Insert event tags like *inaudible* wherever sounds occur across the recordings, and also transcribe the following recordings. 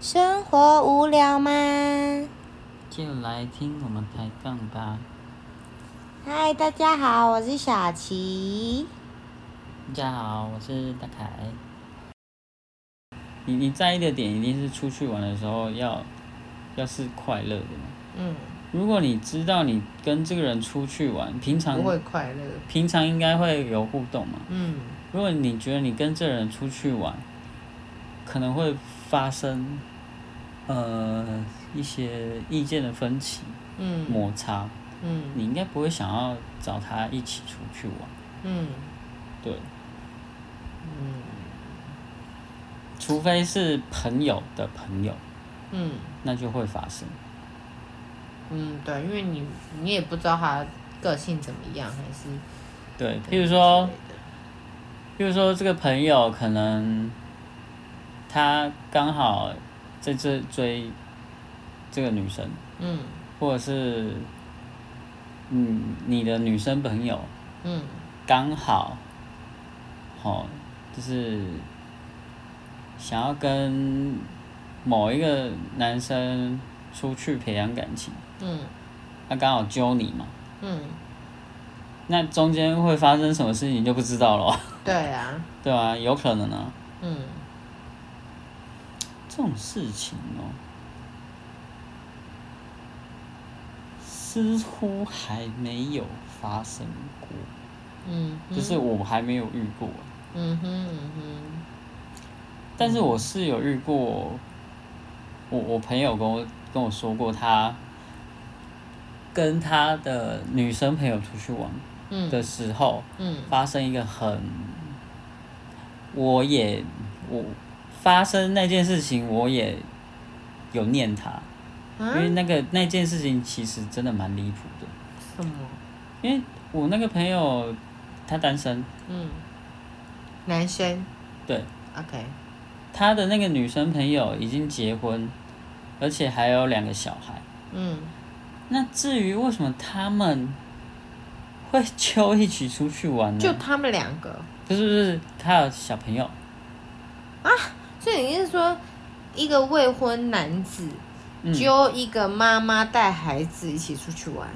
生活无聊吗？就来听我们抬杠吧。嗨，大家好，我是小琪。大家好，我是大凯。你你在意的点一定是出去玩的时候要要是快乐的嘛。嗯，如果你知道你跟这个人出去玩，平常不会快乐。平常应该会有互动嘛。嗯，如果你觉得你跟这个人出去玩，可能会发生呃一些意见的分歧、嗯摩擦，嗯你应该不会想要找他一起出去玩。嗯对，除非是朋友的朋友，嗯那就会发生。嗯，对，因为你你也不知道他个性怎么样，还是对，譬如说，譬如说这个朋友可能他刚好在这追这个女生，嗯或者是嗯你的女生朋友嗯刚好，好、就是想要跟某一个男生出去培养感情，嗯他刚好揪你嘛。嗯，那中间会发生什么事情就不知道了 *laughs* 哦，对啊，对吧、有可能啊，嗯这种事情哦，似乎还没有发生过，嗯哼就是我还没有遇过，嗯哼嗯哼但是我是有遇过，我我朋友跟我跟我说过他。跟他的女生朋友出去玩嗯的时候，嗯发生一个很，我也我发生那件事情，我也有念他，因为啊那个那件事情其实真的蛮离谱的，什么？因为我那个朋友他单身，嗯，男生对， ，OK，他的那个女生朋友已经结婚，而且还有两个小孩。嗯那至于为什么他们会揪一起出去玩呢？就他们两个。不是不是，他有小朋友，所以你是说，一个未婚男子嗯揪一个妈妈带孩子一起出去玩、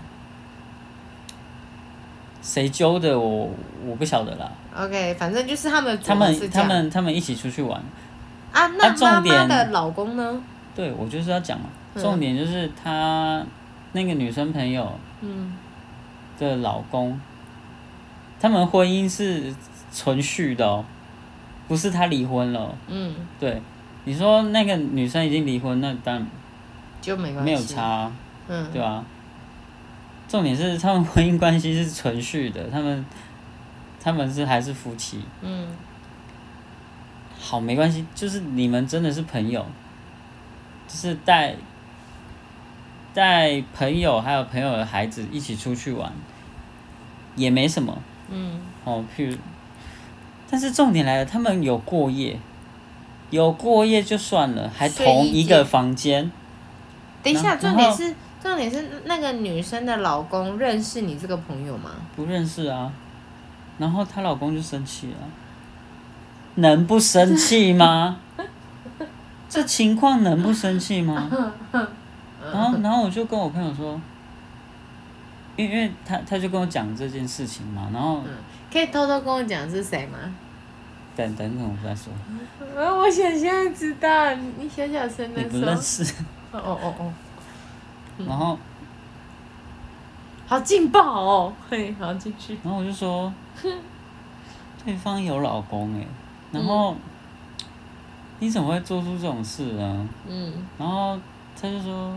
谁揪的我我不晓得啦。 o k 反正就是他们的组他合是们这他样们他们一起出去玩，啊，那啊重妈妈点的老公呢？对我就是要讲嘛，嗯重点就是他那个女生朋友嗯，的老公，他们婚姻是存续的哦，不是他离婚了哦。嗯，对，你说那个女生已经离婚，那当就没关系，然没有差啊，嗯，对吧、重点是他们婚姻关系是存续的，他们他们是还是夫妻。嗯好，没关系，就是你们真的是朋友，就是带带朋友还有朋友的孩子一起出去玩，也没什么嗯哦。譬如，但是重点来了，他们有过夜，有过夜就算了，还睡同一一间个房间。等一下，然重点后是重点是那个女生的老公认识你这个朋友吗？不认识啊，然后她老公就生气了，能不生气吗？这情况能不生气吗？然后，然后我就跟我朋友说，因为因为他他就跟我讲这件事情嘛，然后可以偷偷跟我讲是谁吗？等等等我再说，呃，我想现在知道，你小小声你的不说认，识，哦哦哦，然后好劲爆哦，嘿，好继续，然后我就说，对方有老公哎、然后、你怎么会做出这种事啊呢？嗯然后他就说，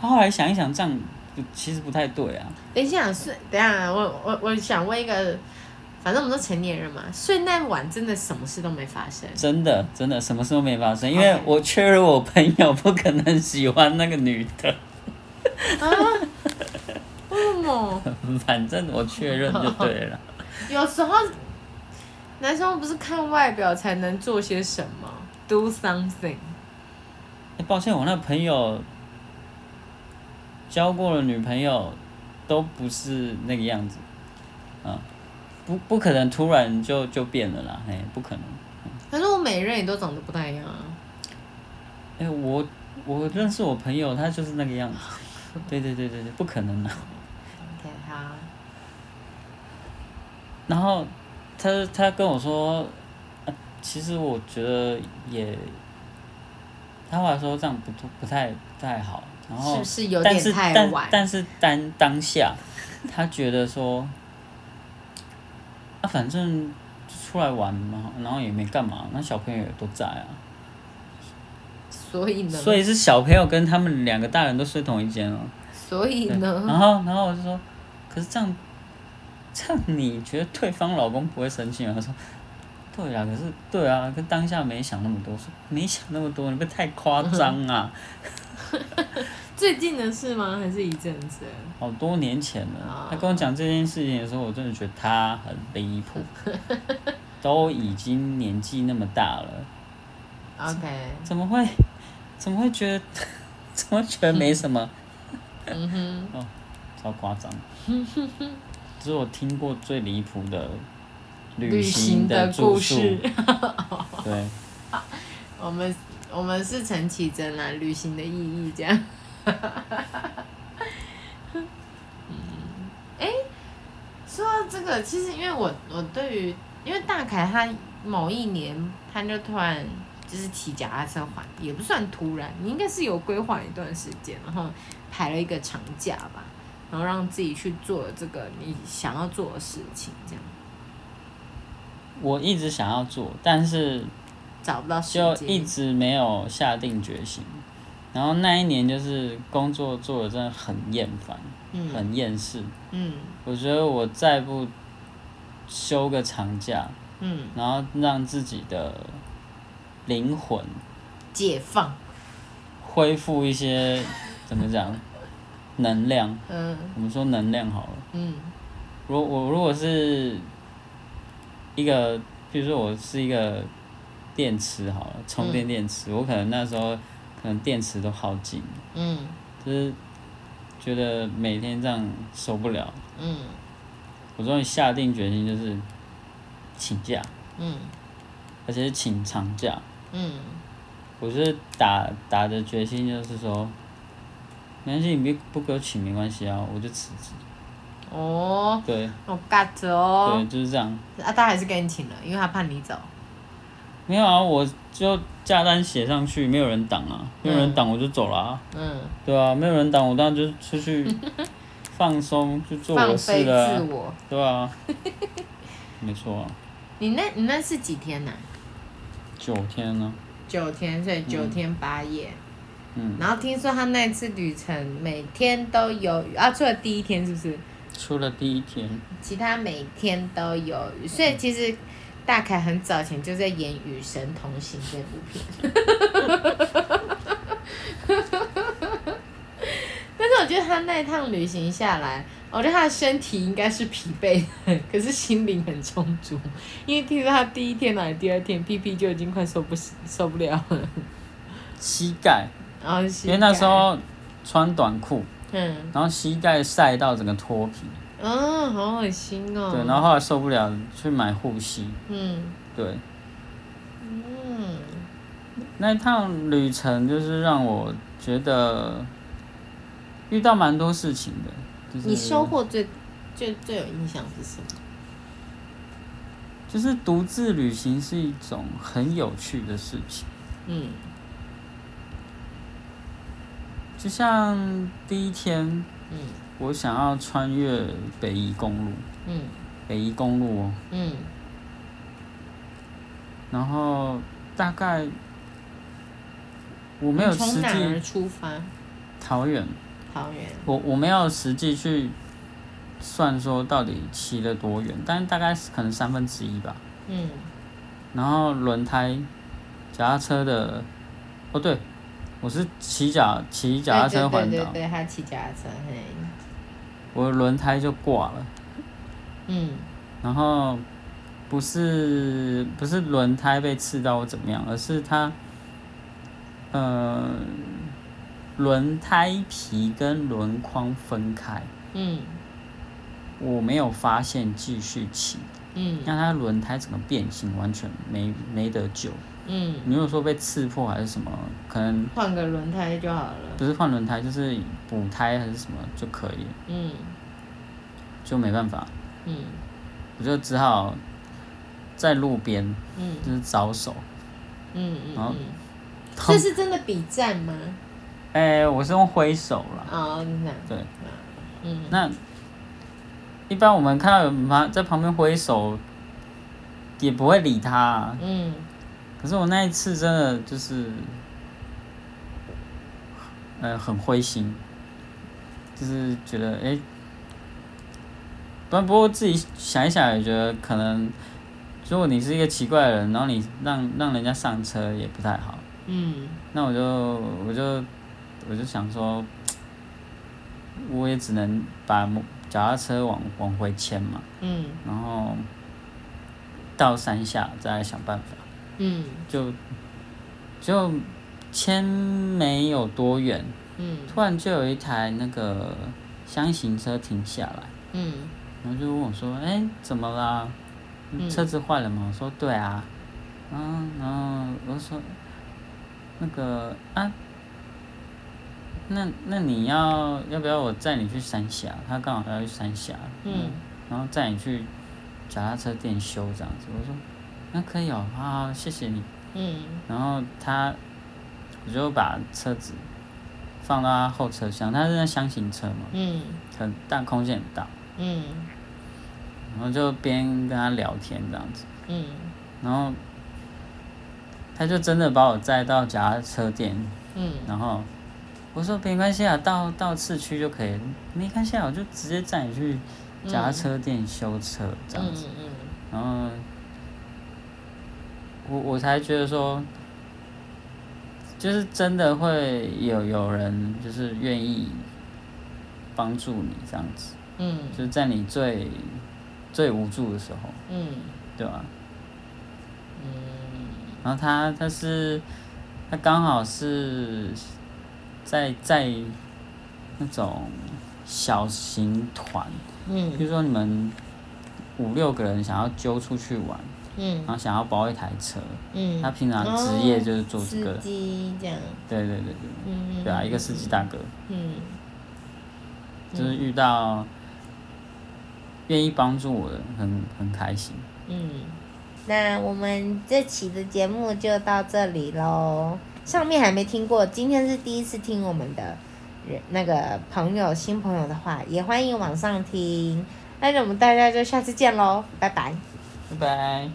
他后来想一想，这样不其实不太对啊。等一下，睡，等一下，我我我想问一个，反正我们都成年人嘛，睡那晚真的什么事都没发生。真的，真的，什么事都没发生，因为 OK 我确认我朋友不可能喜欢那个女的， *laughs* 啊为什么？反正我确认就对了。有时候男生不是看外表才能做些什么，do something。欸抱歉，我那朋友交过的女朋友都不是那个样子，啊，不不可能突然就就变了啦，哎、不可能。可是我每任也都长得不太一样啊。哎、我我认识我朋友，他就是那个样子。对对对对对，不可能的、 ？OK，好，然后他他跟我说、呃其实我觉得也，他后来说这样不不太不太好。然后是不是有但是点太但晚？但是当当下，他觉得说，啊，反正就出来玩嘛，然后也没干嘛，那小朋友也都在啊，所以呢？所以是小朋友跟他们两个大人都睡同一间哦。所以对啊然呢？后然后我就说，可是这样，这样你觉得对方老公不会生气吗？他说，对啊，可是对啊，跟当下没想那么多，我说没想那么多，你不要太夸张啊，最近的事吗？还是一阵子？好多年前了。他跟我讲这件事情的时候，我真的觉得他很离谱，都已经年纪那么大了， OK，怎么会，怎么会觉得， *laughs* 怎么会觉得没什么？嗯哼，超 *laughs* 夸张。这是我听过最离谱的旅行行的住故宿。事，对，我们我们是陈绮贞啦，旅行的意义这样。嗯， *laughs* 哎、说到这个，其实因为我我对于因为大凯他某一年他就突然就是骑脚踏车环，也不算突然，你应该是有规划一段时间，然后排了一个长假吧，然后让自己去做这个你想要做的事情，这样我一直想要做，但是找不到时就间，一直没有下定决心。然后那一年就是工作做的真的很厌烦，嗯很厌世。嗯我觉得我再不休个长假，嗯，然后让自己的灵魂解放，恢复一些怎么讲能量，嗯我们说能量好了。嗯。如我如果是一个，比如说我是一个电池好了，嗯充电电池，我可能那时候可能电池都耗尽了，嗯就是觉得每天这样受不了。嗯我终于下定决心，就是请假，嗯而且是请长假。嗯我是打打的决心，就是说，没关系，你不不给我请没关系啊，我就辞职。哦，对我 got 哦对，，就是这样。啊，他还是跟你请了，因为他怕你走。没有啊，我就价单写上去，没有人挡啊，没有人挡我就走了、啊，嗯，对啊，没有人挡我当然就 *laughs* 出去放松，去做我放的事飞了自啊，我。对啊， *laughs* 没错、啊，你那你那是几天呢、九天呢、九天，所以九天八夜。嗯，然后听说他那次旅程每天都有雨啊，除了第一天是不是？出了第一天，其他每天都有雨，所嗯以其实大凯很早前就在演《与神同行》这部片。 *laughs* 但是我觉得他那一趟旅行下来，哦我觉得他的身体应该是疲惫的，可是心灵很充足。因为听说他第一天来第二天，屁屁就已经快受不受不了了，膝盖，然后因为那时，候穿短裤，嗯，然后膝盖晒到整个脱皮，嗯，好恶心哦。对，然后后来受不了去买护膝，嗯对，嗯那一趟旅程就是让我觉得遇到蛮多事情的，就是你收获最最最有印象是什么？就是独自旅行是一种很有趣的事情，嗯就像第一天嗯我想要穿越北宜公路，嗯北宜公路哦，嗯然后大概我没有你实从哪儿际出发？桃园，桃园。我我没有实际去算说到底骑了多远，但大概是可能三分之一吧。嗯然后轮胎、脚踏车的，哦对，我是骑脚骑脚踏车环哎对对岛对，对，他骑脚踏车，嘿，我的轮胎就挂了，嗯然后不是不是轮胎被刺到或怎么样，而是它，呃，轮胎皮跟轮框分开，嗯我没有发现继续骑，嗯让它轮胎整个变形，完全没没得救。嗯，你如果说被刺破还是什么，可能换个轮胎就好了。不是换轮胎，就是补胎还是什么就可以，嗯就没办法，嗯我就只好在路边嗯就是招手。嗯嗯好嗯，这是真的比战吗？哎、我是用挥手啦。哦，你讲，对，嗯那一般我们看到有人旁在旁边挥手，也不会理他、啊。嗯可是我那一次真的就是，呃，很灰心，就是觉得哎、诶不不过自己想一想也觉得可能，如果你是一个奇怪的人，然后你让让人家上车也不太好。嗯那我就我就我就想说，我也只能把摩脚踏车往往回牵嘛，嗯然后到山下再想办法。嗯就就牵没有多远，嗯突然就有一台那个箱型车停下来，嗯然后就问我说：“哎、怎么啦？嗯车子坏了吗？”我说：“对啊。”嗯，然后我就说：“那个啊，那那你要要不要我载你去山下？他刚好要去山下，嗯，然后载你去脚踏车店修这样子。”我说：“那可以哦，好好，谢谢你。”嗯然后他，我就把车子放到他后车厢，他是那箱型车嘛，嗯很大，空间很大，嗯然后就边跟他聊天这样子，嗯然后他就真的把我载到脚踏车店，嗯然后我说没关系啊，到到市区就可以，没关系啊，我就直接载你去脚踏车店修车这样子。嗯然后我我才觉得说，就是真的会有有人就是愿意帮助你这样子，嗯就是在你最最无助的时候，嗯对吧、嗯然后他他是他刚好是在在那种小型团，比嗯如说你们五六个人想要揪出去玩，然嗯后想要包一台车，嗯，他平常职业就是做这个司机这样，对对对对，嗯对啊，一个司机大哥，嗯就是遇到愿意帮助我的，很很开心。嗯，那我们这期的节目就到这里喽。上面还没听过，今天是第一次听我们的人那个朋友新朋友的话，也欢迎往上听。那我们大家就下次见喽，拜拜。拜拜。